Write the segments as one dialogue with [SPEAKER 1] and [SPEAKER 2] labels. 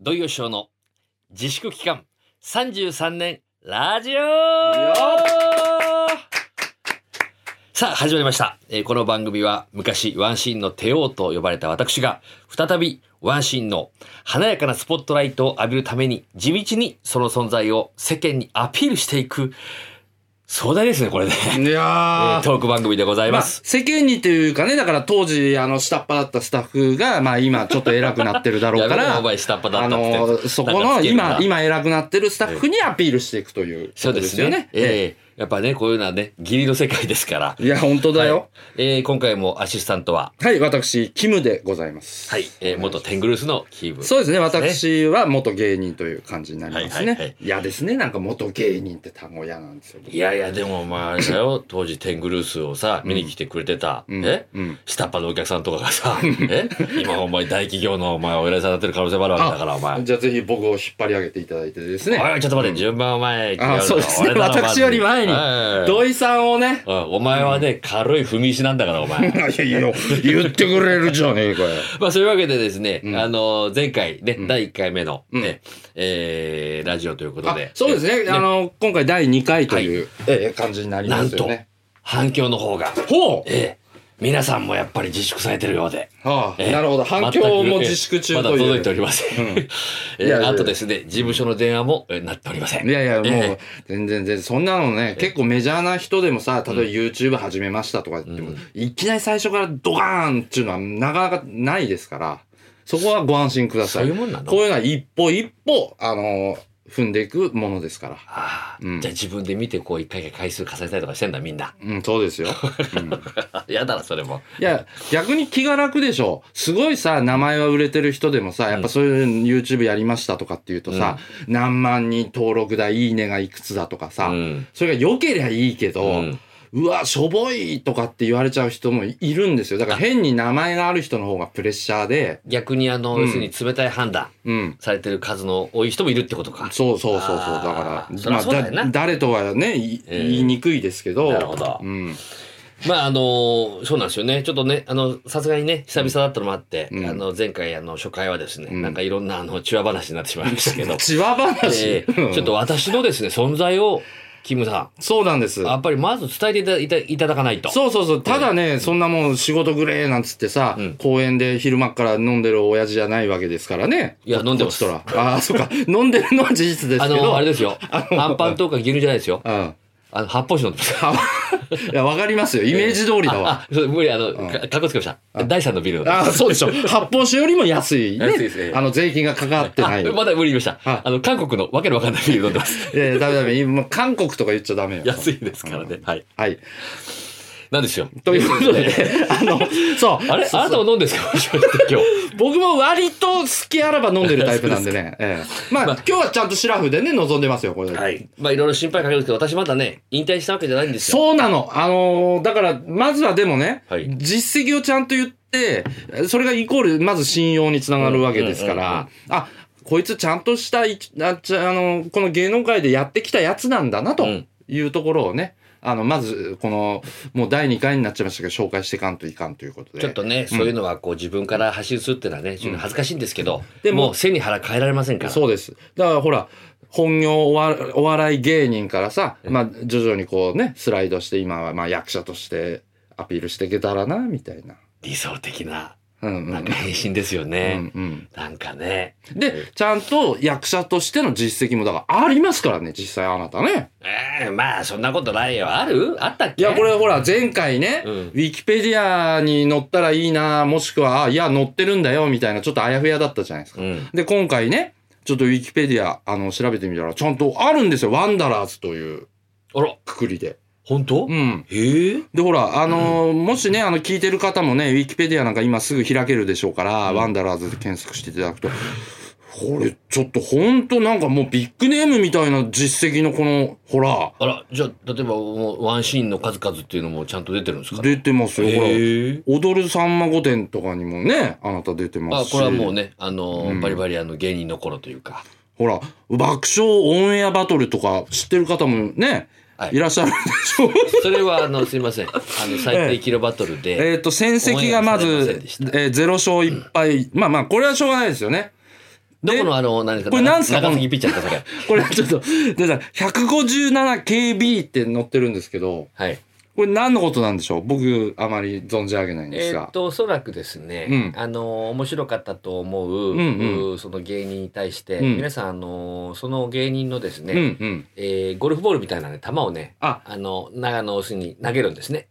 [SPEAKER 1] 土曜ショーの自粛期間33年ラジオさあ始まりました、えーこの番組は昔ワンシーンの帝王と呼ばれた私が再びワンシーンの華やかなスポットライトを浴びるために地道にその存在を世間にアピールしていく壮大ですねこれね、
[SPEAKER 2] いや
[SPEAKER 1] えートーク番組でござい
[SPEAKER 2] ま
[SPEAKER 1] ま
[SPEAKER 2] あ、
[SPEAKER 1] す、
[SPEAKER 2] 世間にというかね、だから当時、あの、下っ端だったスタッフが、まあ今ちょっと偉くなってるだろう か
[SPEAKER 1] やめろ
[SPEAKER 2] ら、
[SPEAKER 1] お前下っ端だ
[SPEAKER 2] あ
[SPEAKER 1] ったって
[SPEAKER 2] の、そこ
[SPEAKER 1] なんか
[SPEAKER 2] の
[SPEAKER 1] つけるな
[SPEAKER 2] 今、今偉くなってるスタッフにアピールしていくという。
[SPEAKER 1] そうですよね。
[SPEAKER 2] ことですよね
[SPEAKER 1] ええやっぱね、こういうのはね、義理の世界ですから。
[SPEAKER 2] いや、本当だよ。
[SPEAKER 1] ええ今回もアシスタントは、
[SPEAKER 2] はい、私、キムでございます。
[SPEAKER 1] はい、ええ元テングルースのキーブ。
[SPEAKER 2] そうですね。私は元芸人という感じになります
[SPEAKER 1] はいはいは
[SPEAKER 2] ね
[SPEAKER 1] い。
[SPEAKER 2] 嫌ですね。なんか元芸人って単語嫌なんですよ。
[SPEAKER 1] いやいや、でもまあ、あれだよ、当時テングルースをさ、見に来てくれてた、
[SPEAKER 2] うん
[SPEAKER 1] え、
[SPEAKER 2] うん
[SPEAKER 1] 下っ端のお客さんとかが さ、え今お前大企業のお前お偉いさんになってる可能性もあるわけだから、お前。
[SPEAKER 2] じゃあぜひ僕を引っ張り上げていただいてですね。
[SPEAKER 1] おい、ちょっと待って、順番お前違うだろ。
[SPEAKER 2] あそうですね
[SPEAKER 1] 俺だろ
[SPEAKER 2] 私より前
[SPEAKER 1] お前
[SPEAKER 2] に土井さんをね。
[SPEAKER 1] うんお前はね、軽い踏み石なんだから、お前
[SPEAKER 2] い。やいや、言ってくれるじゃねえかよ。
[SPEAKER 1] まあそういうわけでですね、
[SPEAKER 2] うん
[SPEAKER 1] あの、前回ね、
[SPEAKER 2] ん
[SPEAKER 1] 第1回目の、
[SPEAKER 2] うん
[SPEAKER 1] ねえーラジオということ
[SPEAKER 2] あ
[SPEAKER 1] で、
[SPEAKER 2] そうですねあの、今回第2回という、ええ感じになり
[SPEAKER 1] な
[SPEAKER 2] ま
[SPEAKER 1] ん
[SPEAKER 2] す
[SPEAKER 1] と
[SPEAKER 2] よね。、
[SPEAKER 1] 反響の方が、
[SPEAKER 2] ほう、
[SPEAKER 1] ええ皆さんもやっぱり自粛されてるようで。
[SPEAKER 2] はあ
[SPEAKER 1] ええ
[SPEAKER 2] なるほど。反響も自粛中
[SPEAKER 1] まだ
[SPEAKER 2] という。
[SPEAKER 1] 届いておりません。
[SPEAKER 2] うん
[SPEAKER 1] え
[SPEAKER 2] いやいやい
[SPEAKER 1] え
[SPEAKER 2] や
[SPEAKER 1] あとですね、事務所の電話も、えなっておりません。
[SPEAKER 2] いやいや、もう、
[SPEAKER 1] ええ
[SPEAKER 2] 全然全然、そんなのね、結構メジャーな人でもさ、例えば YouTube 始めましたとか言っても、いきなり最初からドカーンっていうのはなかなかないですから、そこはご安心ください。
[SPEAKER 1] そういうもんなの
[SPEAKER 2] こういうのは一歩一歩、あの、踏んでいくものですから。
[SPEAKER 1] ああ
[SPEAKER 2] うん
[SPEAKER 1] じゃあ自分で見てこう一回一回回数重ねたりとかしてんだみん な
[SPEAKER 2] うん、そうで すよ。うん
[SPEAKER 1] やだなそれも
[SPEAKER 2] いや、逆に気が楽でしょ。すごいさ、名前は売れてる人でもさ、やっぱそういう YouTube やりましたとかっていうとさ、何万人登録だ、いいねがいくつだとかさ、
[SPEAKER 1] うん
[SPEAKER 2] それが良けりゃいいけど、
[SPEAKER 1] う
[SPEAKER 2] うんわ、しょぼいとかって言われちゃう人もいるんですよ。だから変に名前がある人の方がプレッシャーで、
[SPEAKER 1] 逆にあの、
[SPEAKER 2] うん
[SPEAKER 1] 要するに冷たい判断
[SPEAKER 2] うん。
[SPEAKER 1] されてる数の多い人もいるってことか
[SPEAKER 2] そうそうそうそう。だ
[SPEAKER 1] あ
[SPEAKER 2] か
[SPEAKER 1] ーそ
[SPEAKER 2] ら、
[SPEAKER 1] りゃそうだよな
[SPEAKER 2] だ誰とはね、い
[SPEAKER 1] えー
[SPEAKER 2] 言いにくいですけど。
[SPEAKER 1] なるほど
[SPEAKER 2] うん。
[SPEAKER 1] まああのそうなんですよねちょっとねあのさすがにね久々だったのもあって、
[SPEAKER 2] うん
[SPEAKER 1] あの前回あの初回はですね、
[SPEAKER 2] うん
[SPEAKER 1] なんかいろんなあのチワ話になってしまいましたけど、
[SPEAKER 2] 血話話、
[SPEAKER 1] えーちょっと私のですね存在をキムさ
[SPEAKER 2] そうなんです
[SPEAKER 1] ん。やっぱりまず伝えていたいたいただかないと
[SPEAKER 2] そうそうそう。ただね、そんなもん仕事ぐれーなんつってさ、
[SPEAKER 1] うん
[SPEAKER 2] 公園で昼間っから飲んでる親父じゃないわけですからね。
[SPEAKER 1] いや飲んでます
[SPEAKER 2] こっちとら。ああ、そっか。飲んでるのは事実です
[SPEAKER 1] あ
[SPEAKER 2] けど。
[SPEAKER 1] のあれです よアンパンとか牛乳じゃないですよ
[SPEAKER 2] うん。
[SPEAKER 1] あの発泡酒飲んでます
[SPEAKER 2] あ いや、わかりますよ。イメージ通りだわ。
[SPEAKER 1] あそう無理あのかかっこつけました第三のビルの
[SPEAKER 2] ああ、そうでし ょ。 発泡酒よりも安い、ね。
[SPEAKER 1] 安いですね
[SPEAKER 2] あの、税金がかかってない。
[SPEAKER 1] あまだ無理言いました
[SPEAKER 2] はい
[SPEAKER 1] あの韓国のわけのわかんないビール飲んでます
[SPEAKER 2] ええ、ダメダメ。今もう韓国とか言っちゃダメよ。
[SPEAKER 1] 安いですからねはい
[SPEAKER 2] はい。
[SPEAKER 1] なんですよ
[SPEAKER 2] という ことで、あの、そう。
[SPEAKER 1] あれあなたも飲んでるんですかもしかして今日
[SPEAKER 2] 僕も割と好きあらば飲んでるタイプなんで ね。ええまあ、今日はちゃんとシラフでね、臨んでますよ、これ。
[SPEAKER 1] はいまあいろいろ心配かけるんですけど私まだね引退したわけじゃないんですよ
[SPEAKER 2] そうなの。あのーだから、まずはでもね、
[SPEAKER 1] はい
[SPEAKER 2] 実績をちゃんと言って、それがイコール、まず信用につながるわけですから、あ、こいつちゃんとしたい、あちゃあのーこの芸能界でやってきたやつなんだな、と
[SPEAKER 1] うん
[SPEAKER 2] いうところをね、あの、まず、この、もう第2回になっちゃいましたけど、紹介していかんといかんということで。
[SPEAKER 1] ちょっとね、そういうのはこう自分から発信するっていうのはね、ちょっと恥ずかしいんですけど、
[SPEAKER 2] でも
[SPEAKER 1] もう背に腹変えられませんから。
[SPEAKER 2] そうです。だからほら、本業おわお笑い芸人からさ、まあ徐々にこうね、スライドして今はまあ役者としてアピールしていけたらな、みたいな。
[SPEAKER 1] 理想的な、
[SPEAKER 2] うんうん
[SPEAKER 1] なんか変身ですよね。
[SPEAKER 2] うんうん
[SPEAKER 1] なんかね。
[SPEAKER 2] で、ちゃんと役者としての実績もだからありますからね、実際あなたね。
[SPEAKER 1] ええまあ、そんなことないよ。あるあったっ
[SPEAKER 2] い
[SPEAKER 1] け
[SPEAKER 2] や、こ。れほら、前回ね、
[SPEAKER 1] うん
[SPEAKER 2] ウィキペディアに載ったらいいな、もしくは、あいや、載ってるんだよ、みたいな、ちょっとあやふやだったじゃないですか。
[SPEAKER 1] うん。
[SPEAKER 2] で、今回ね、ちょっとウィキペディア、あの、調べてみたら、ちゃんとあるんですよ、ワンダラーズという
[SPEAKER 1] あら、
[SPEAKER 2] くくりで。
[SPEAKER 1] 本当、
[SPEAKER 2] うん。
[SPEAKER 1] へえ。
[SPEAKER 2] で、ほら、あのーもしね、あの、聞いてる方もね、ウィキペディアなんか今すぐ開けるでしょうから、ワンダラーズで検索していただくと、これ、ちょっとほんとなんかもうビッグネームみたいな実績のこの、ほら、
[SPEAKER 1] あら、じゃあ、例えば、もうワンシーンの数々っていうのもちゃんと出てるんですか
[SPEAKER 2] 出てますよ、ほら。
[SPEAKER 1] へえ。
[SPEAKER 2] 踊るさんま御殿とかにもね、あなた出てま
[SPEAKER 1] あ、
[SPEAKER 2] すし。
[SPEAKER 1] これはもうね、あのー
[SPEAKER 2] うん
[SPEAKER 1] バリバリあの芸人の頃というか。
[SPEAKER 2] ほら、爆笑オンエアバトルとか知ってる方もね、
[SPEAKER 1] はい
[SPEAKER 2] い、らっしゃるでしょう。
[SPEAKER 1] それは、あの、すいま せん。あの、最低キロバトルで。
[SPEAKER 2] えっと、戦績がま
[SPEAKER 1] オンエアされません
[SPEAKER 2] ず
[SPEAKER 1] でした、
[SPEAKER 2] えー、0勝1敗。まあまあ、これはしょうがないですよね。
[SPEAKER 1] どこのあの、何ですか
[SPEAKER 2] これなんすか
[SPEAKER 1] 長崎ピッチャーですか、それ。
[SPEAKER 2] これちょっと、でさ、157KB って載ってるんですけど、
[SPEAKER 1] はい。
[SPEAKER 2] これ何のことなんでしょう僕、あまり存じ上げないんで
[SPEAKER 1] え
[SPEAKER 2] す
[SPEAKER 1] ーっ
[SPEAKER 2] が。
[SPEAKER 1] とおそらくですね、
[SPEAKER 2] うん
[SPEAKER 1] あの面白かったと思う,う、
[SPEAKER 2] うんうん
[SPEAKER 1] その芸人に対して、
[SPEAKER 2] うん
[SPEAKER 1] 皆さんあのその芸人のですね、
[SPEAKER 2] うんうん。
[SPEAKER 1] えーゴルフボールみたいなね球をね
[SPEAKER 2] あ、
[SPEAKER 1] あの長野すに投げるんですね。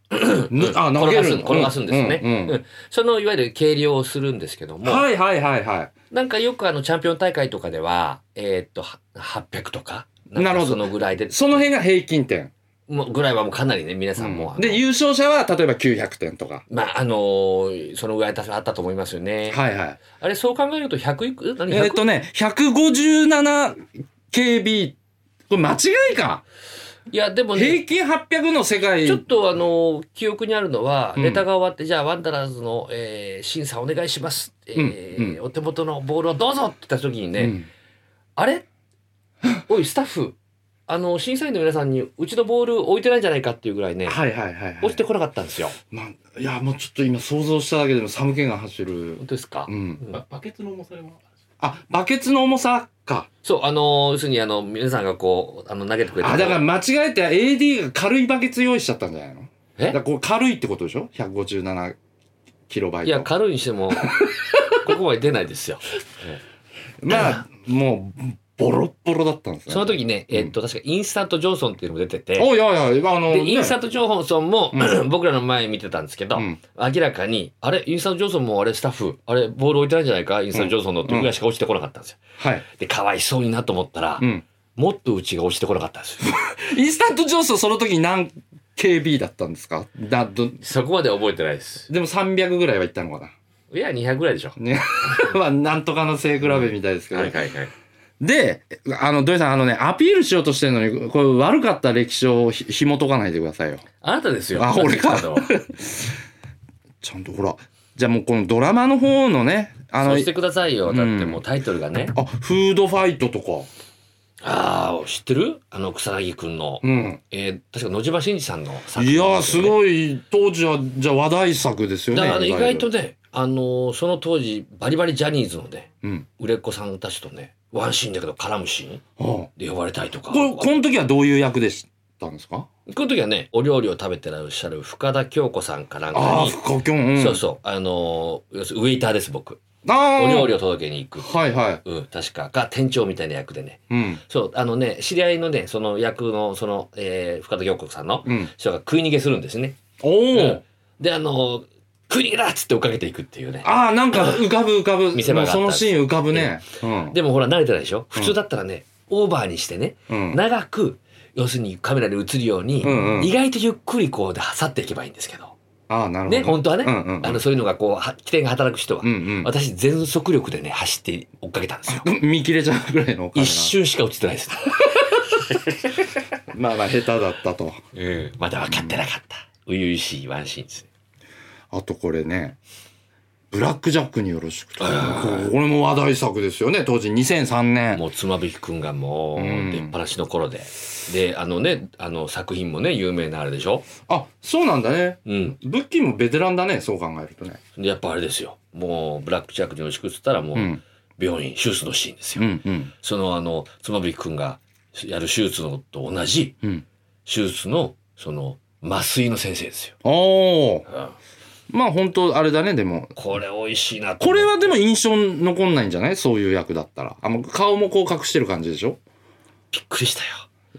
[SPEAKER 2] ぬあ、投げる
[SPEAKER 1] 転がす
[SPEAKER 2] の
[SPEAKER 1] ん転がすんですね、
[SPEAKER 2] うんうん
[SPEAKER 1] うんそのいわゆる計量をするんですけども、
[SPEAKER 2] はいはいはいはい。
[SPEAKER 1] なんかよくあのチャンピオン大会とかではえーっとは800とかんか
[SPEAKER 2] なるほど
[SPEAKER 1] そのぐらいで
[SPEAKER 2] その辺が平均点。
[SPEAKER 1] もうぐらいはもうかなりね皆さんも、あの
[SPEAKER 2] で、優勝者は例えば900点とか。
[SPEAKER 1] まああのーそのぐらい多少あったと思いますよね。
[SPEAKER 2] はいはい。
[SPEAKER 1] あれそう考えると100いく何
[SPEAKER 2] えーっ
[SPEAKER 1] 100?
[SPEAKER 2] とね、157KB。これ間違いか。
[SPEAKER 1] いやでもね
[SPEAKER 2] 平均800の世界。
[SPEAKER 1] ちょっとあの記憶にあるのは、
[SPEAKER 2] うん
[SPEAKER 1] ネタが終わってじゃあワンダラーズの、えー審査お願いします、えー
[SPEAKER 2] うんう
[SPEAKER 1] お手元のボールをどうぞって言った時にね、
[SPEAKER 2] うん
[SPEAKER 1] あれおいスタッフあの審査員の皆さんにうちのボール置いてないんじゃないかっていうぐらいね
[SPEAKER 2] はいはいはいはい。
[SPEAKER 1] 落ちてこなかったんですよ
[SPEAKER 2] まあ、いや、もうちょっと今想像しただけでも寒気が走る
[SPEAKER 1] 本。当ですか、
[SPEAKER 2] うん。
[SPEAKER 1] うん
[SPEAKER 3] ババケツの重さでも
[SPEAKER 2] あ、バケツの重さか。
[SPEAKER 1] そうあの要するにあの皆さんがこうあの投げてくれた
[SPEAKER 2] あ、だから間違えて AD が軽いバケツ用意しちゃったんじゃないの
[SPEAKER 1] え
[SPEAKER 2] だからこう軽いってことでしょ ?157 キロバイ
[SPEAKER 1] い
[SPEAKER 2] ト。
[SPEAKER 1] や軽いにして もここまで出ないですよ
[SPEAKER 2] まあ、もう、ボロッボロだったんですね。
[SPEAKER 1] その時ね、えっと確かインスタントジョンソンっていうのも出てて
[SPEAKER 2] おいやいや、あの、
[SPEAKER 1] で、インスタ
[SPEAKER 2] ン
[SPEAKER 1] ントジョンソンも、
[SPEAKER 2] う
[SPEAKER 1] 僕らの前見てたんですけど、
[SPEAKER 2] うん
[SPEAKER 1] 明らかに、あれ、インスタントジョンソンもあれ、スタッフ、あれ、ボール置いてないんじゃないか、インスタントジョンソンのっていうぐらいしか落ちてこなかったんですよ。
[SPEAKER 2] はい。
[SPEAKER 1] で、かわいそうになと思ったら、
[SPEAKER 2] うん。
[SPEAKER 1] もっとうちが落ちてこなかったん ですよ。
[SPEAKER 2] インスタントジョースはその時何 KB だったんですかだど
[SPEAKER 1] そこまでは覚えてないです。
[SPEAKER 2] でも300ぐらいはいったのかな。
[SPEAKER 1] いや、200ぐらいでしょ。
[SPEAKER 2] ね。まあ、なんとかの背比べみたいですけど。
[SPEAKER 1] はいはい。
[SPEAKER 2] で、あの、土井さん、あのね、アピールしようとしてるのに、これ悪かった歴史をひ紐解かないでくださいよ。
[SPEAKER 1] あなたですよ。
[SPEAKER 2] あ俺か
[SPEAKER 1] そ
[SPEAKER 2] ちゃんとほら。じゃあもうこのドラマの方のね、 あの、
[SPEAKER 1] うしてくださいよ。だってもうタイトルがね。
[SPEAKER 2] あ、フードファイトとか。
[SPEAKER 1] ああ、知ってるあの、草薙くんの、
[SPEAKER 2] うん。
[SPEAKER 1] えー確か野島伸司さんの作
[SPEAKER 2] い
[SPEAKER 1] 品
[SPEAKER 2] や
[SPEAKER 1] なん
[SPEAKER 2] ー、
[SPEAKER 1] です
[SPEAKER 2] す
[SPEAKER 1] よね
[SPEAKER 2] ごい、当時は、じゃあ話題作ですよね。
[SPEAKER 1] だからね、意
[SPEAKER 2] わゆる
[SPEAKER 1] 外と。ね、あのーその当時、バリバリジャニーズのね、
[SPEAKER 2] うん。
[SPEAKER 1] 売れっ子さんたちとねワンシーンだけど絡むシーン
[SPEAKER 2] ああこ
[SPEAKER 1] で呼ばれたりとか
[SPEAKER 2] れ、この時はどういう役でしたんですか
[SPEAKER 1] この時はねお料理を食べてらっしゃる深田恭子さんかなん
[SPEAKER 2] あ
[SPEAKER 1] か
[SPEAKER 2] あ、
[SPEAKER 1] に、
[SPEAKER 2] 深きょん。うん
[SPEAKER 1] そうそうあのー要するにウェイターです僕
[SPEAKER 2] ああ。
[SPEAKER 1] お料理を届けに行く、
[SPEAKER 2] はいはい。
[SPEAKER 1] うん、確かが店長みたいな役でね
[SPEAKER 2] うん。
[SPEAKER 1] そうあのね知り合いのねその役のその、えー深田恭子さんの
[SPEAKER 2] うん。
[SPEAKER 1] 人が食い逃げするんですね、
[SPEAKER 2] お
[SPEAKER 1] う
[SPEAKER 2] お
[SPEAKER 1] ん。であのー食い逃げだっつって追っかけていくっていうね
[SPEAKER 2] ああ、なんか浮かぶ浮かぶ。
[SPEAKER 1] 見せ場があった
[SPEAKER 2] もうそのシーン浮かぶね。うん。
[SPEAKER 1] でもほら慣れてないでしょ
[SPEAKER 2] うん
[SPEAKER 1] 普通だったらね、オーバーにしてね
[SPEAKER 2] うん、
[SPEAKER 1] 長く要するにカメラに映るように、
[SPEAKER 2] うんうん
[SPEAKER 1] 意外とゆっくりこうで去っていけばいいんですけど
[SPEAKER 2] ああ、なるほど。
[SPEAKER 1] ね本当はね、
[SPEAKER 2] うんうんうん
[SPEAKER 1] あのそういうのがこうは起点が働く人は、
[SPEAKER 2] うんうん
[SPEAKER 1] 私全速力でね走って追っかけたんですよ
[SPEAKER 2] うん見切れちゃうぐらいのお金
[SPEAKER 1] 一
[SPEAKER 2] が
[SPEAKER 1] 瞬しか落ちてないです、
[SPEAKER 2] まあまあ下手だったと
[SPEAKER 1] まだ分かってなかった初々しいワンシーンです
[SPEAKER 2] あとこれね「ブラック・ジャックによろしく」と
[SPEAKER 1] あ
[SPEAKER 2] これも話題作ですよね当時2003年
[SPEAKER 1] もう妻夫木君がもう
[SPEAKER 2] うん
[SPEAKER 1] 出っ放しの頃で、であのねあの作品もね有名なあれでしょ
[SPEAKER 2] あそうなんだね
[SPEAKER 1] うん
[SPEAKER 2] ブッキーもベテランだねそう考えるとね
[SPEAKER 1] でやっぱあれですよもうブラックジャックによろしくっつったらもう、
[SPEAKER 2] うん
[SPEAKER 1] 病院手術のシーンですよ、
[SPEAKER 2] んうん
[SPEAKER 1] そのあの妻夫木君がやる手術のと同じ
[SPEAKER 2] うん
[SPEAKER 1] 手術のその麻酔の先生ですよ、
[SPEAKER 2] おおまあ本当あれだねでも
[SPEAKER 1] これ美味しいなと
[SPEAKER 2] これはでも印象に残んないんじゃないそういう役だったらあもう顔もこう隠してる感じでしょ
[SPEAKER 1] びっくりしたよ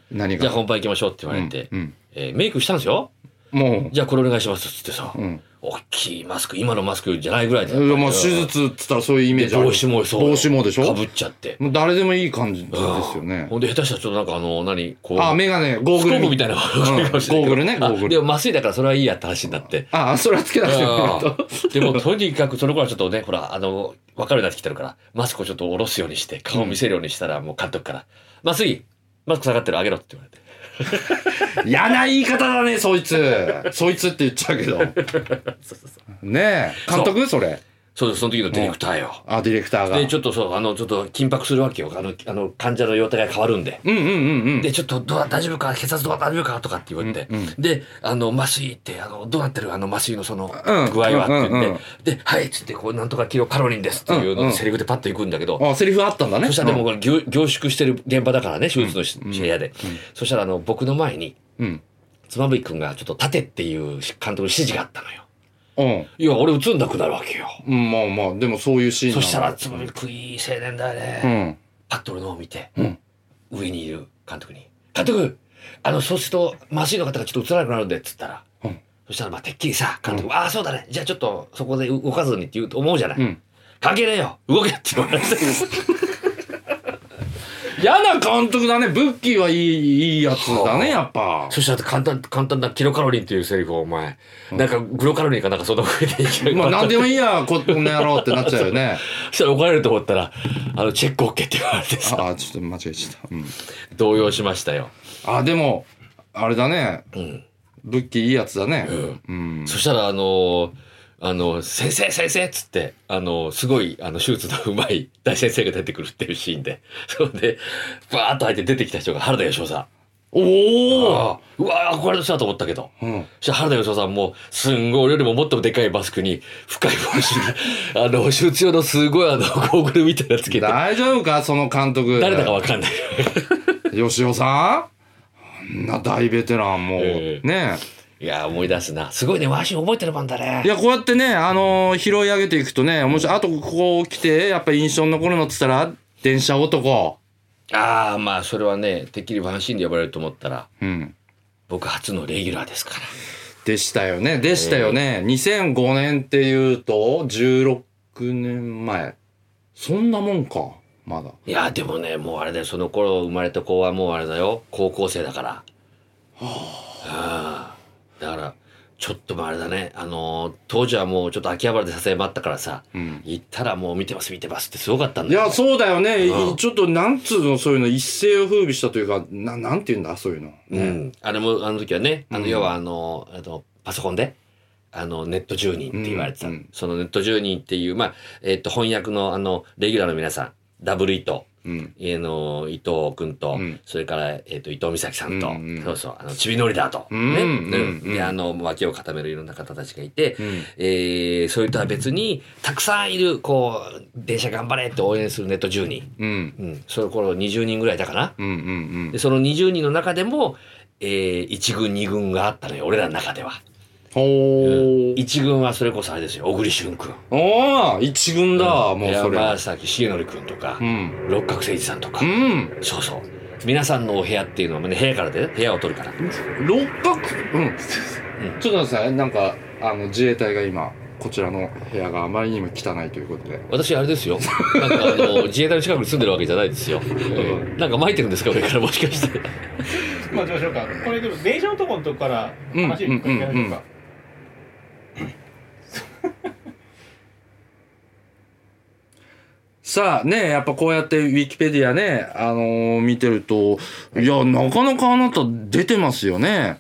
[SPEAKER 2] 何が
[SPEAKER 1] じゃあ本番行きましょうって言われて、
[SPEAKER 2] うん
[SPEAKER 1] えーメイクしたんですよ
[SPEAKER 2] うんも
[SPEAKER 1] じゃあこれお願いしますっつってさ、
[SPEAKER 2] う、うん、
[SPEAKER 1] 大きいマスク今のマスクじゃないぐらいで
[SPEAKER 2] いやまあ手術っつったらそういうイメー
[SPEAKER 1] で
[SPEAKER 2] ジある
[SPEAKER 1] 帽子もそう
[SPEAKER 2] 帽子もでしょ
[SPEAKER 1] かぶっちゃって
[SPEAKER 2] もう誰でもいい感じですよ
[SPEAKER 1] うん
[SPEAKER 2] ね
[SPEAKER 1] ほんで下手したらちょっとなんかあの何こう
[SPEAKER 2] あメガネゴーグ
[SPEAKER 1] スコ
[SPEAKER 2] ル
[SPEAKER 1] ープみたいなゴ
[SPEAKER 2] うんゴーグルねゴーグ
[SPEAKER 1] で
[SPEAKER 2] ル
[SPEAKER 1] も麻酔だからそれはいいやって話になって
[SPEAKER 2] あそれはつけなくてもいいと
[SPEAKER 1] うんでもとにかくその頃はちょっとねほらあの分かるようになってきてるからマスクをちょっと下ろすようにして顔を見せるようにしたらもう監督から「まあ次マスク下がってる上げろ」って言われて
[SPEAKER 2] 嫌な言い方だねそいつそいつって言っちゃうけどねえ監督それ
[SPEAKER 1] そうです、その時のディレクターよ。
[SPEAKER 2] あ、ディレクターが。
[SPEAKER 1] で、ちょっとそう、あの、ちょっと緊迫するわけよ。あの、あの患者の容態が変わるんで。
[SPEAKER 2] うんうんうんうん。
[SPEAKER 1] で、ちょっと、どうだ、大丈夫か血圧どうだ、大丈夫かとかって言われて。
[SPEAKER 2] うんうん
[SPEAKER 1] で、あの、麻酔って、あの、どうなってるあの、麻酔のその、
[SPEAKER 2] うん
[SPEAKER 1] 具合はって言って。
[SPEAKER 2] うんうんうん
[SPEAKER 1] で、はいっつって、こう、なんとかキロカロリーですっていう
[SPEAKER 2] うんう
[SPEAKER 1] の
[SPEAKER 2] ん
[SPEAKER 1] セリフでパッと行くんだけど。
[SPEAKER 2] あ、セリフあったんだね。
[SPEAKER 1] そしたらでもこれ凝凝縮してる現場だからね、手術のし部屋で。そしたらあの、僕の前に、
[SPEAKER 2] うん。
[SPEAKER 1] 妻夫木君がちょっと立てっていう監督の指示があったのよ。
[SPEAKER 2] うん。
[SPEAKER 1] いや、俺映んなくなるわけよ。
[SPEAKER 2] うん。まあまあ、でもそういうシーン
[SPEAKER 1] そ
[SPEAKER 2] なんだ
[SPEAKER 1] したら、妻夫木君いい青年だよね。
[SPEAKER 2] うん。
[SPEAKER 1] パッと俺の方を見て、
[SPEAKER 2] うん
[SPEAKER 1] 上にいる監督に「監督あのそうすると麻酔の方がちょっと映らなくなるんで」っつったら、
[SPEAKER 2] うん
[SPEAKER 1] そしたらまあてっきりさ監督「ああそうだねじゃあちょっとそこで動かずに」って言うと思うじゃない、
[SPEAKER 2] うん。
[SPEAKER 1] 関係ねえよ動けって言われて
[SPEAKER 2] 嫌な監督だね。ブッキーはいい、いいやつだね、やっぱ。
[SPEAKER 1] そしたら簡単簡単なキロカロリーっていうセリフをお前、なんかグロカロリーかなんかその上でいきなり
[SPEAKER 2] まあ、なんでもいいや、ここの野郎ってなっちゃうよね。
[SPEAKER 1] そしたら怒られると思ったらあのチェック OK って言われてさ
[SPEAKER 2] あ、ちょっと間違えちゃった。うん。
[SPEAKER 1] 動揺しましたよ、
[SPEAKER 2] あ、でも、あれだね。
[SPEAKER 1] うん、
[SPEAKER 2] ブッキーいいやつだね。
[SPEAKER 1] う
[SPEAKER 2] うん。
[SPEAKER 1] そしたら、あのーあの、先生、先生っつって、あの、すごい、あの、手術のうまい大先生が出てくるっていうシーンで、それで、バーッと入って出てきた人が原田芳雄さん。
[SPEAKER 2] おお
[SPEAKER 1] ああうわー、これの人だと思ったけど。
[SPEAKER 2] うん。
[SPEAKER 1] そしたら原田芳雄さんも、すんごい、俺よりももっともでかいマスクに、深い帽子に、 あの、手術用のすごい、あの、ゴーグルみたいなのつけて、
[SPEAKER 2] 大丈夫かその監督。
[SPEAKER 1] 誰だかわかんない。
[SPEAKER 2] 吉尾さんあんな大ベテランもう、
[SPEAKER 1] ええ
[SPEAKER 2] ね
[SPEAKER 1] いやー、思い出すな。すごいね、ワンシーン覚えてるもんだね。
[SPEAKER 2] いやこうやってね、あのー拾い上げていくとね面白いあとここ来てやっぱ印象に残るのっつったら電車男
[SPEAKER 1] ああ、まあ、それはね、てっきりワンシーンで呼ばれると思ったら、
[SPEAKER 2] うん
[SPEAKER 1] 僕初のレギュラーですから。
[SPEAKER 2] でしたよねでしたよね、2005年っていうと16年前そんなもんかまだ
[SPEAKER 1] いやでもねもうあれだよその頃生まれた子はもうあれだよ高校生だからはあだからちょっともあれだねあのー当時はもうちょっと秋葉原で撮影もあったからさ、
[SPEAKER 2] うん
[SPEAKER 1] 行ったらもう見てます見てますってすごかったん
[SPEAKER 2] い
[SPEAKER 1] だよ
[SPEAKER 2] やそうだよね、
[SPEAKER 1] うん
[SPEAKER 2] ちょっとなんつうのそういうの一世を風靡したというかななんていうんだそういうの、
[SPEAKER 1] うん、あれもあの時はねあの
[SPEAKER 2] うん
[SPEAKER 1] 要はあの,、あのパソコンであのネット住人って言われてた、
[SPEAKER 2] うんうん
[SPEAKER 1] そのネット住人っていう、まあえっと翻訳のあのレギュラーの皆さんダブルイト
[SPEAKER 2] うん
[SPEAKER 1] 家の伊藤君と、
[SPEAKER 2] うん
[SPEAKER 1] それから、えー、と伊藤美咲さんと、
[SPEAKER 2] うんうん
[SPEAKER 1] そうそうあのちびのりだと、
[SPEAKER 2] うん
[SPEAKER 1] ね
[SPEAKER 2] うんうん
[SPEAKER 1] であの脇を固めるいろんな方たちがいて、
[SPEAKER 2] うん
[SPEAKER 1] えーそれとは別にたくさんいるこう電車頑張れって応援するネット10人、
[SPEAKER 2] うん
[SPEAKER 1] うん、その頃20人ぐらいだかな
[SPEAKER 2] うんうんう
[SPEAKER 1] で
[SPEAKER 2] ん
[SPEAKER 1] その20人の中でも、え1軍2軍があったのよ俺らの中では
[SPEAKER 2] ほー
[SPEAKER 1] 1軍はそれこそあれですよ小栗旬君
[SPEAKER 2] ああ一軍だ、もうそれ。
[SPEAKER 1] 山崎重則君とか、
[SPEAKER 2] うん。
[SPEAKER 1] 六角誠二さんとか
[SPEAKER 2] う、ん。
[SPEAKER 1] そうそう。皆さんのお部屋っていうのはね、部屋からで、ね、部屋を取るから。
[SPEAKER 2] 六角、うん。ちょっと待ってください。なんか、あの、自衛隊が今、こちらの部屋があまりにも汚いということで。
[SPEAKER 1] 私、あれですよ。なんか、あの、 自衛隊の近くに住んでるわけじゃないですよ。えーなんか巻いてるんですか、上からもしか して。
[SPEAKER 3] まあどうしようか。これでも電車のとこのとこから話にかけられるか。
[SPEAKER 2] さあね、やっぱこうやってウィキペディアね、あのー見てると、いや、なかなかあなた出てますよね。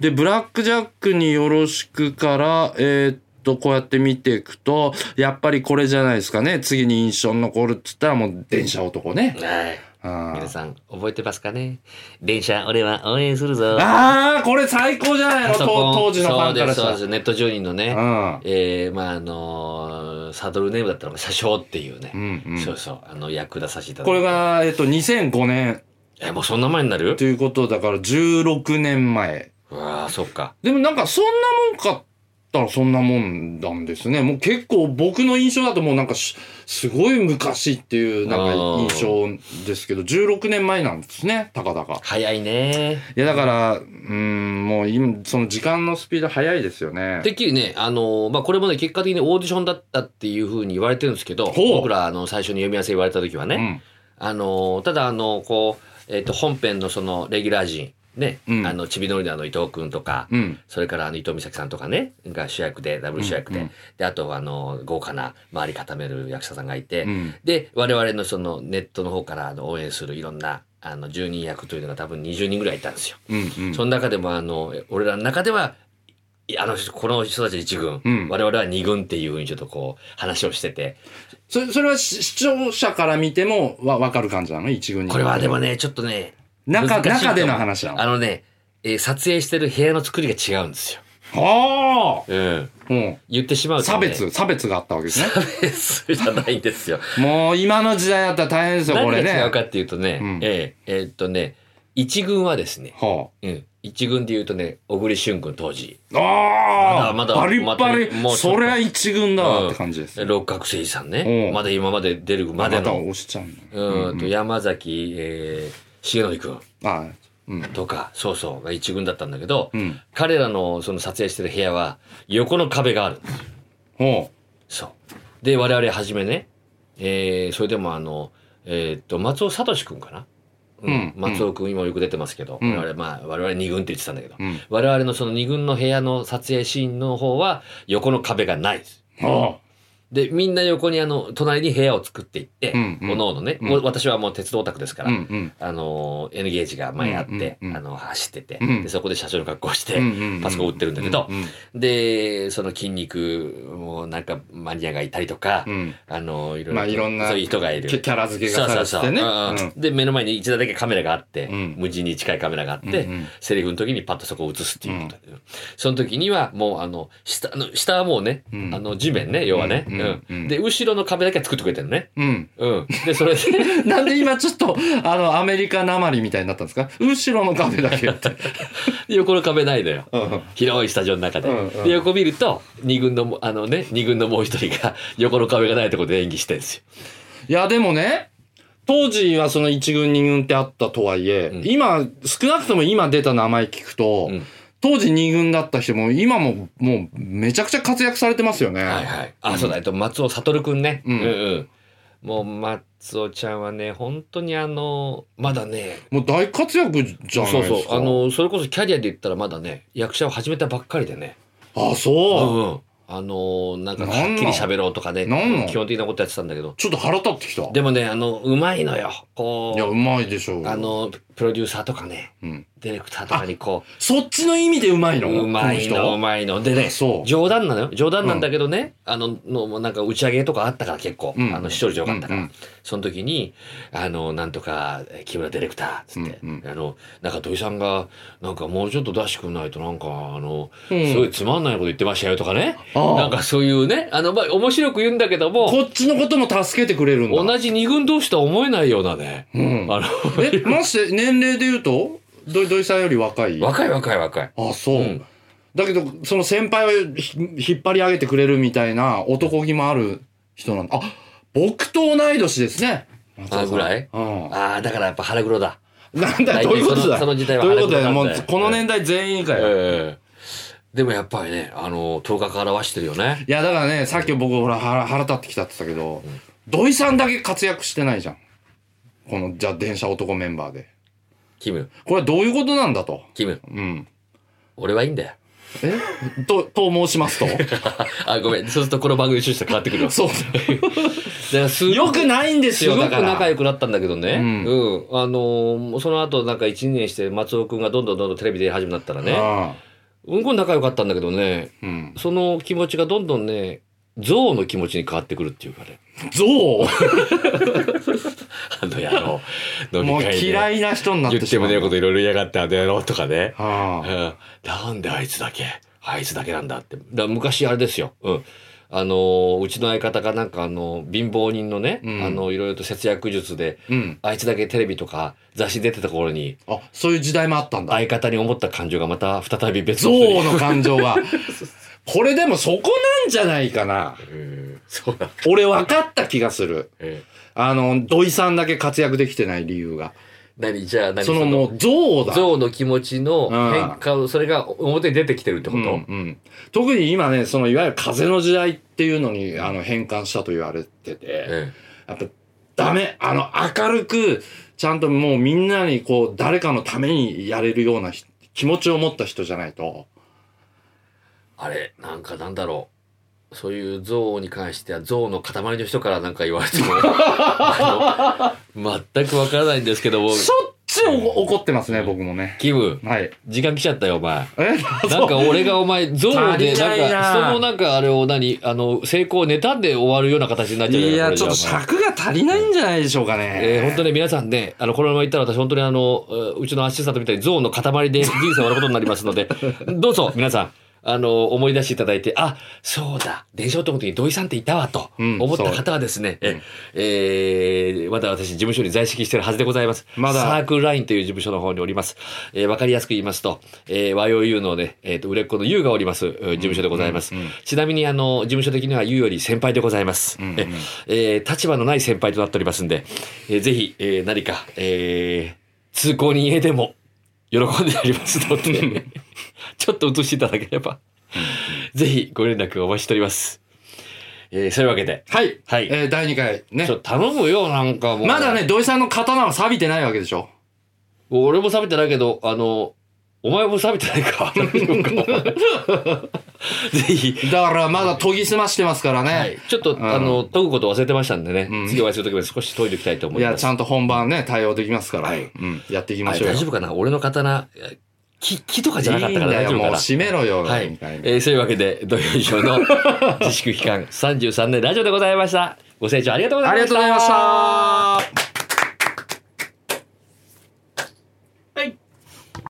[SPEAKER 2] で、ブラックジャックによろしくから、えーっと、こうやって見ていくと、やっぱりこれじゃないですかね。次に印象に残るっつったらもう電車男ね。
[SPEAKER 1] はい。
[SPEAKER 2] あー
[SPEAKER 1] 皆さん、覚えてますかね電車、俺は応援するぞ。
[SPEAKER 2] ああこれ最高じゃないの
[SPEAKER 1] パ
[SPEAKER 2] と
[SPEAKER 1] ソコン
[SPEAKER 2] 当時のファンからし
[SPEAKER 1] そうです、そ
[SPEAKER 2] た
[SPEAKER 1] うで
[SPEAKER 2] ら。
[SPEAKER 1] す。ネット上人のね、
[SPEAKER 2] うん
[SPEAKER 1] えー、まあ、あのーサドルネームだったのが、車掌っていうね。
[SPEAKER 2] うんうん
[SPEAKER 1] そうそう、あの、役出させていただいて
[SPEAKER 2] これ、が、えっと、2005年
[SPEAKER 1] え、もうそんな前になる
[SPEAKER 2] ということだから16年前。
[SPEAKER 1] うわあ、そっか。
[SPEAKER 2] でもなんかそんなもんかったらそんなもんなんですね。もう結構僕の印象だともうなんかしすごい昔っていうなんか印象ですけど、16年前なんですね、たかだか。
[SPEAKER 1] 早いね
[SPEAKER 2] いやだから、うーん、もう今、その時間のスピード早いですよね。
[SPEAKER 1] てっきりね、あのまあ、これもね、結果的にオーディションだったっていうふうに言われてるんですけど、
[SPEAKER 2] ほう
[SPEAKER 1] 僕ら、あの、最初に読み合わせ言われた時はね、
[SPEAKER 2] うん。
[SPEAKER 1] あのただ、あの、こう、えっ、と、本編のその、レギュラー陣、ね、
[SPEAKER 2] うん
[SPEAKER 1] あの、ちびのりのあの伊藤くんとか、
[SPEAKER 2] うん。
[SPEAKER 1] それからあの伊藤美咲さんとかね、が主役で、ダブル主役で、
[SPEAKER 2] うんうん
[SPEAKER 1] で、あと、あの、豪華な周り固める役者さんがいて、
[SPEAKER 2] うん。
[SPEAKER 1] で、我々のその、ネットの方からあの応援するいろんな、あの、10人役というのが多分20人ぐらいいたんですよ。
[SPEAKER 2] うん。うん
[SPEAKER 1] その中でもあのえ俺らの中ではいやあの人この人たち一軍、
[SPEAKER 2] うん
[SPEAKER 1] 我々は二軍っていうふうにちょっとこう話をしてて、
[SPEAKER 2] それ、それはし視聴者から見てもわ、わかる感じなの一軍に。
[SPEAKER 1] これはでもね、ちょっとね、
[SPEAKER 2] 中、
[SPEAKER 1] 難しいと
[SPEAKER 2] 中
[SPEAKER 1] 思う
[SPEAKER 2] での話なの。
[SPEAKER 1] あのね、えー撮影してる部屋の作りが違うんですよ。
[SPEAKER 2] は
[SPEAKER 1] うん。
[SPEAKER 2] あうん。
[SPEAKER 1] 言ってしまうと、ね。
[SPEAKER 2] 差別、差別があったわけですね。
[SPEAKER 1] 差別じゃないんです よ。
[SPEAKER 2] もう今の時代だったら大変ですよ、
[SPEAKER 1] 何
[SPEAKER 2] こ
[SPEAKER 1] が
[SPEAKER 2] れね。
[SPEAKER 1] 違うかっていうとね、
[SPEAKER 2] うん
[SPEAKER 1] えーえーっとね、一軍はですね、
[SPEAKER 2] は
[SPEAKER 1] うん、一軍で言うとね、小栗旬君当時、
[SPEAKER 2] あ。ああ
[SPEAKER 1] まだまだ
[SPEAKER 2] バリッバ
[SPEAKER 1] ま
[SPEAKER 2] リ、
[SPEAKER 1] だもうちょっと
[SPEAKER 2] そりゃ一軍だわって感じです。
[SPEAKER 1] 六角誠治さん
[SPEAKER 2] う
[SPEAKER 1] ね、
[SPEAKER 2] ん
[SPEAKER 1] まだ今まで出るま
[SPEAKER 2] ま
[SPEAKER 1] で
[SPEAKER 2] だ
[SPEAKER 1] の、
[SPEAKER 2] 押しちゃうの。
[SPEAKER 1] うんと
[SPEAKER 2] うん
[SPEAKER 1] 山崎、えー、重則君
[SPEAKER 2] あうん。
[SPEAKER 1] とか、そうそうが一軍だったんだけど、
[SPEAKER 2] うん。
[SPEAKER 1] 彼らのその撮影してる部屋は横の壁があるんですよ
[SPEAKER 2] ほ
[SPEAKER 1] そう。で、我々はじめね、えー、それでもあの、えーっと、松尾聡くんかな、う
[SPEAKER 2] うん
[SPEAKER 1] 松尾くん今よく出てますけど、
[SPEAKER 2] うん
[SPEAKER 1] 我々、まあ、我々二軍って言ってたんだけど、
[SPEAKER 2] う。うん。
[SPEAKER 1] 我々のその二軍の部屋の撮影シーンの方は横の壁がないです。
[SPEAKER 2] は
[SPEAKER 1] で、みんな横にあの、隣に部屋を作っていって、
[SPEAKER 2] うんうん
[SPEAKER 1] おのおのね、
[SPEAKER 2] うん
[SPEAKER 1] もう私はもう鉄道オタクですか
[SPEAKER 2] あ。
[SPEAKER 1] ら、
[SPEAKER 2] うんうん。
[SPEAKER 1] あのー、N ゲージが前あって、
[SPEAKER 2] うんうんうん
[SPEAKER 1] あの、走ってて、
[SPEAKER 2] うん
[SPEAKER 1] で、そこで社長の格好をして、
[SPEAKER 2] で
[SPEAKER 1] パソコン売ってるんだけど
[SPEAKER 2] うん
[SPEAKER 1] で、その筋肉もなんかマニアがいたりとか、
[SPEAKER 2] うん
[SPEAKER 1] あの、いろいろ、
[SPEAKER 2] まあいろんな
[SPEAKER 1] そういう人がいる。
[SPEAKER 2] キャキャラ付け
[SPEAKER 1] そう
[SPEAKER 2] が
[SPEAKER 1] そう
[SPEAKER 2] さ
[SPEAKER 1] そ
[SPEAKER 2] れ
[SPEAKER 1] う、
[SPEAKER 2] て
[SPEAKER 1] う
[SPEAKER 2] ね。
[SPEAKER 1] んうんで、目の前に一台だけカメラがあって、
[SPEAKER 2] うん
[SPEAKER 1] 無人に近いカメラがあって、
[SPEAKER 2] うんうん
[SPEAKER 1] セリフの時にパッとそこを映すっていうこと、その時にはもうあの、下あの、下はもうね、
[SPEAKER 2] うん
[SPEAKER 1] あの、地面ね、要はね、うん
[SPEAKER 2] う
[SPEAKER 1] ん
[SPEAKER 2] うんうん
[SPEAKER 1] で、後ろの壁だけは作ってくれてるのね。
[SPEAKER 2] うん。
[SPEAKER 1] うん。で、それで、
[SPEAKER 2] なんで今ちょっと、あの、アメリカなまりみたいになったんですか後ろの壁だけ って。
[SPEAKER 1] 横の壁ないのよ。
[SPEAKER 2] うん
[SPEAKER 1] 広いスタジオの中で。
[SPEAKER 2] うんうん
[SPEAKER 1] で、横見ると、二軍のも、あのね、二軍のもう一人が 横の壁がないところで演技してるんですよ。
[SPEAKER 2] いや、でもね、当時はその1軍2軍ってあったとはいえ、
[SPEAKER 1] うん
[SPEAKER 2] 今、少なくとも今出た名前聞くと、
[SPEAKER 1] うん
[SPEAKER 2] 当時2軍だった人も今ももうめちゃくちゃ活躍されてますよね。
[SPEAKER 1] はいはい。あ、そうだ、えっと、松尾悟くんね。
[SPEAKER 2] うん
[SPEAKER 1] うんうんもう、松尾ちゃんはね、本当にあの、まだね、
[SPEAKER 2] もう大活躍じゃない
[SPEAKER 1] そ
[SPEAKER 2] で
[SPEAKER 1] う
[SPEAKER 2] すか。
[SPEAKER 1] そう、あの、それこそキャリアで言ったらまだね、役者を始めたばっかりでね。
[SPEAKER 2] あ、
[SPEAKER 1] う
[SPEAKER 2] そう。
[SPEAKER 1] んうん。あの、なんか、
[SPEAKER 2] なんなん
[SPEAKER 1] はっきり喋ろうとかね
[SPEAKER 2] なんなん、
[SPEAKER 1] 基本的なことやってたんだけど。
[SPEAKER 2] ちょっと腹立ってきた。
[SPEAKER 1] でもね、あの、うまいのよ。こ
[SPEAKER 2] いや、う
[SPEAKER 1] う、
[SPEAKER 2] まいでしょう。
[SPEAKER 1] あ、の、プロデューサーとかね、
[SPEAKER 2] うん。
[SPEAKER 1] ディレクターとかにこう、
[SPEAKER 2] そっちの意味でうまいの
[SPEAKER 1] うまい
[SPEAKER 2] こ
[SPEAKER 1] の、う
[SPEAKER 2] 人
[SPEAKER 1] まいの。でね、
[SPEAKER 2] そう。
[SPEAKER 1] 冗談なのよ。冗談なんだけどね、あの、の、もうなんか打ち上げとかあったから結構、
[SPEAKER 2] うん
[SPEAKER 1] あの、視聴率良かったから、
[SPEAKER 2] うんうん
[SPEAKER 1] その時に、あの、なんとか、えー木村ディレクター、つって、
[SPEAKER 2] うん
[SPEAKER 1] あの、なんか土井さんが、なんかもうちょっと出してくんないと、なんか、あの、
[SPEAKER 2] うん
[SPEAKER 1] すごいつまんないこと言ってましたよとかね、
[SPEAKER 2] ああ
[SPEAKER 1] なんかそういうね、あの、まあ、面白く言うんだけども、
[SPEAKER 2] こっちのことも助けてくれるんだ。
[SPEAKER 1] 同じ二軍同士とは思えないようなね、
[SPEAKER 2] うん。
[SPEAKER 1] あの、
[SPEAKER 2] え、まして年齢で言うと、ど土井さんより若い
[SPEAKER 1] 若い若い若い。
[SPEAKER 2] あ、そう。
[SPEAKER 1] うん
[SPEAKER 2] だけど、その先輩をひ引っ張り上げてくれるみたいな男気もある人なんだ。あ、僕と同い年ですね。松尾さん
[SPEAKER 1] ぐらい
[SPEAKER 2] うん。
[SPEAKER 1] ああ、だからやっぱ腹黒だ。
[SPEAKER 2] なんだ
[SPEAKER 1] 大体
[SPEAKER 2] よ、どういうことだよ。
[SPEAKER 1] そのその時代は
[SPEAKER 2] どういうことだよ。
[SPEAKER 1] あれ
[SPEAKER 2] も
[SPEAKER 1] だ
[SPEAKER 2] う
[SPEAKER 1] ったんだよ、
[SPEAKER 2] この年代全員かよ。
[SPEAKER 1] ええでもやっぱりね、あの、頭角表してるよね。
[SPEAKER 2] いや、だからね、さっき僕、ほら、腹腹立ってきたって言ったけど、土井さんだけ活躍してないじゃん。この、じゃあ、電車男メンバーで。
[SPEAKER 1] キム、
[SPEAKER 2] これはどういうことなんだと。
[SPEAKER 1] キム、
[SPEAKER 2] うん。
[SPEAKER 1] 俺はいいんだよ。
[SPEAKER 2] え と、と申しますと。
[SPEAKER 1] あ、ごめん。そうするとこの番組趣旨と変わってくるわ。
[SPEAKER 2] そう
[SPEAKER 1] だからす
[SPEAKER 2] だ。 よくないんですす
[SPEAKER 1] ご
[SPEAKER 2] よ、
[SPEAKER 1] く
[SPEAKER 2] だから。
[SPEAKER 1] 仲良くなったんだけどね。
[SPEAKER 2] う
[SPEAKER 1] うんん。あのーその後なんか1、2年して松尾くんがどんどんどんどんテレビ出始めだったらね。うんこ仲良かったんだけどね。
[SPEAKER 2] うん。うん。
[SPEAKER 1] その気持ちがどんどんね、憎悪の気持ちに変わってくるっていうかね。
[SPEAKER 2] 象
[SPEAKER 1] あの野郎。飲
[SPEAKER 2] も
[SPEAKER 1] み
[SPEAKER 2] う
[SPEAKER 1] 会で。
[SPEAKER 2] 嫌いな人になっ
[SPEAKER 1] 言
[SPEAKER 2] て
[SPEAKER 1] って
[SPEAKER 2] しま
[SPEAKER 1] も
[SPEAKER 2] う。
[SPEAKER 1] ねえこといろいろ嫌がってあの野郎とかね。
[SPEAKER 2] は
[SPEAKER 1] うんなんであいつだけあいつだけなんだって。だから昔あれですよ。うん。あのーうちの相方がなんかあの貧乏人のね、
[SPEAKER 2] うん
[SPEAKER 1] あのいろいろと節約術で
[SPEAKER 2] あ、うん。
[SPEAKER 1] あいつだけテレビとか雑誌出てた頃に
[SPEAKER 2] あ、そういう時代もあったんだ。
[SPEAKER 1] 相方に思った感情がまた再び別
[SPEAKER 2] 象
[SPEAKER 1] の人に
[SPEAKER 2] の感 情が。これでもそこなんじゃないかな。
[SPEAKER 1] うんそうだ、
[SPEAKER 2] 俺分かった気がする。
[SPEAKER 1] え
[SPEAKER 2] あの、土井さんだけ活躍できてない理由が。
[SPEAKER 1] 何じゃあ何
[SPEAKER 2] そのもう象だ。
[SPEAKER 1] 象の気持ちの
[SPEAKER 2] うん
[SPEAKER 1] 変化をそれが表に出てきてるってこ
[SPEAKER 2] う
[SPEAKER 1] と、
[SPEAKER 2] んうん、特に今ね、そのいわゆる風の時代っていうのにあの変換したと言われてて、
[SPEAKER 1] え
[SPEAKER 2] やっぱダメ、あの明るく、ちゃんともうみんなにこう誰かのためにやれるようなひ気持ちを持った人じゃないと、
[SPEAKER 1] えあれなんかなんだろうそういう象に関しては象の塊 の人からなんか言われてもあの全くわからないんですけども
[SPEAKER 2] しょっちちお怒ってますね、僕もね。
[SPEAKER 1] キム、
[SPEAKER 2] はい。
[SPEAKER 1] 時間来ちゃったよ、お前。
[SPEAKER 2] え
[SPEAKER 1] なんか俺がお前、憎悪で、
[SPEAKER 2] 足り
[SPEAKER 1] な
[SPEAKER 2] なんいな
[SPEAKER 1] か、人のなんかあれを何、あの、成功を妬んで終わるような形になっちゃうよ
[SPEAKER 2] いや、
[SPEAKER 1] これ
[SPEAKER 2] ち
[SPEAKER 1] じ
[SPEAKER 2] ょ
[SPEAKER 1] ゃ
[SPEAKER 2] っと尺が足りないんじゃないでしょうかね。
[SPEAKER 1] えー、本当ね、皆さんね、あの、このまま行ったら私、本当にあの、えーうちのアシスタントみたいにゾーンの塊 で人生終わることになりますので、どうぞ、皆さん、あの、思い出していただいて、あ、そうだ、電車男の時に土井さんっていたわ、と
[SPEAKER 2] うん
[SPEAKER 1] 思った方はですね、ええーまだ私、事務所に在籍してるはずでございます。
[SPEAKER 2] まだ
[SPEAKER 1] サークルラインという事務所の方におります。えーわかりやすく言いますと、えー、和洋優のね、えっ、と、売れっ子の優がおります、えー事務所でございます。
[SPEAKER 2] うんうん
[SPEAKER 1] ちなみに、あの、事務所的には優より先輩でございます。
[SPEAKER 2] うんうん
[SPEAKER 1] ええー立場のない先輩となっておりますんで、えーぜひ、えー何か、えー通行人へでも喜んでやりますの で、ちょっと映していただければ、ぜひご連絡をお待ちしております。えーそういうわけで、
[SPEAKER 2] はい。
[SPEAKER 1] はい
[SPEAKER 2] えー第2回ね
[SPEAKER 1] ちょ。っと頼むよ、なんかもう。
[SPEAKER 2] まだね、土井さんの刀は錆びてないわけでしょ。
[SPEAKER 1] 俺も錆びてないけど、あの、お前も錆びてない か。 ぜひ、
[SPEAKER 2] だからまだ研ぎ澄ましてますからね。い
[SPEAKER 1] ちょっと、あの、解くこと忘れてましたんでね、
[SPEAKER 2] うん
[SPEAKER 1] 次お会いするときまで少し解いておきたいと思います。
[SPEAKER 2] や、ちゃんと本番ね、対応できますから。
[SPEAKER 1] はい
[SPEAKER 2] うん。やっていき
[SPEAKER 1] あ
[SPEAKER 2] ま
[SPEAKER 1] れ
[SPEAKER 2] しょうよ。
[SPEAKER 1] 大丈夫かな俺の刀、え木、木とかじゃなかっ
[SPEAKER 2] いい
[SPEAKER 1] た
[SPEAKER 2] ん
[SPEAKER 1] から
[SPEAKER 2] だ
[SPEAKER 1] 大丈
[SPEAKER 2] よ、
[SPEAKER 1] 夫
[SPEAKER 2] も
[SPEAKER 1] か
[SPEAKER 2] う
[SPEAKER 1] な
[SPEAKER 2] 締めろよ。
[SPEAKER 1] はい
[SPEAKER 2] 二回。目
[SPEAKER 1] えーそういうわけで、土曜以上の 自粛期間33年ラジオでございました。ご清聴ありがとうござ
[SPEAKER 2] あ
[SPEAKER 1] い
[SPEAKER 2] り
[SPEAKER 1] ました。
[SPEAKER 2] がとうございました。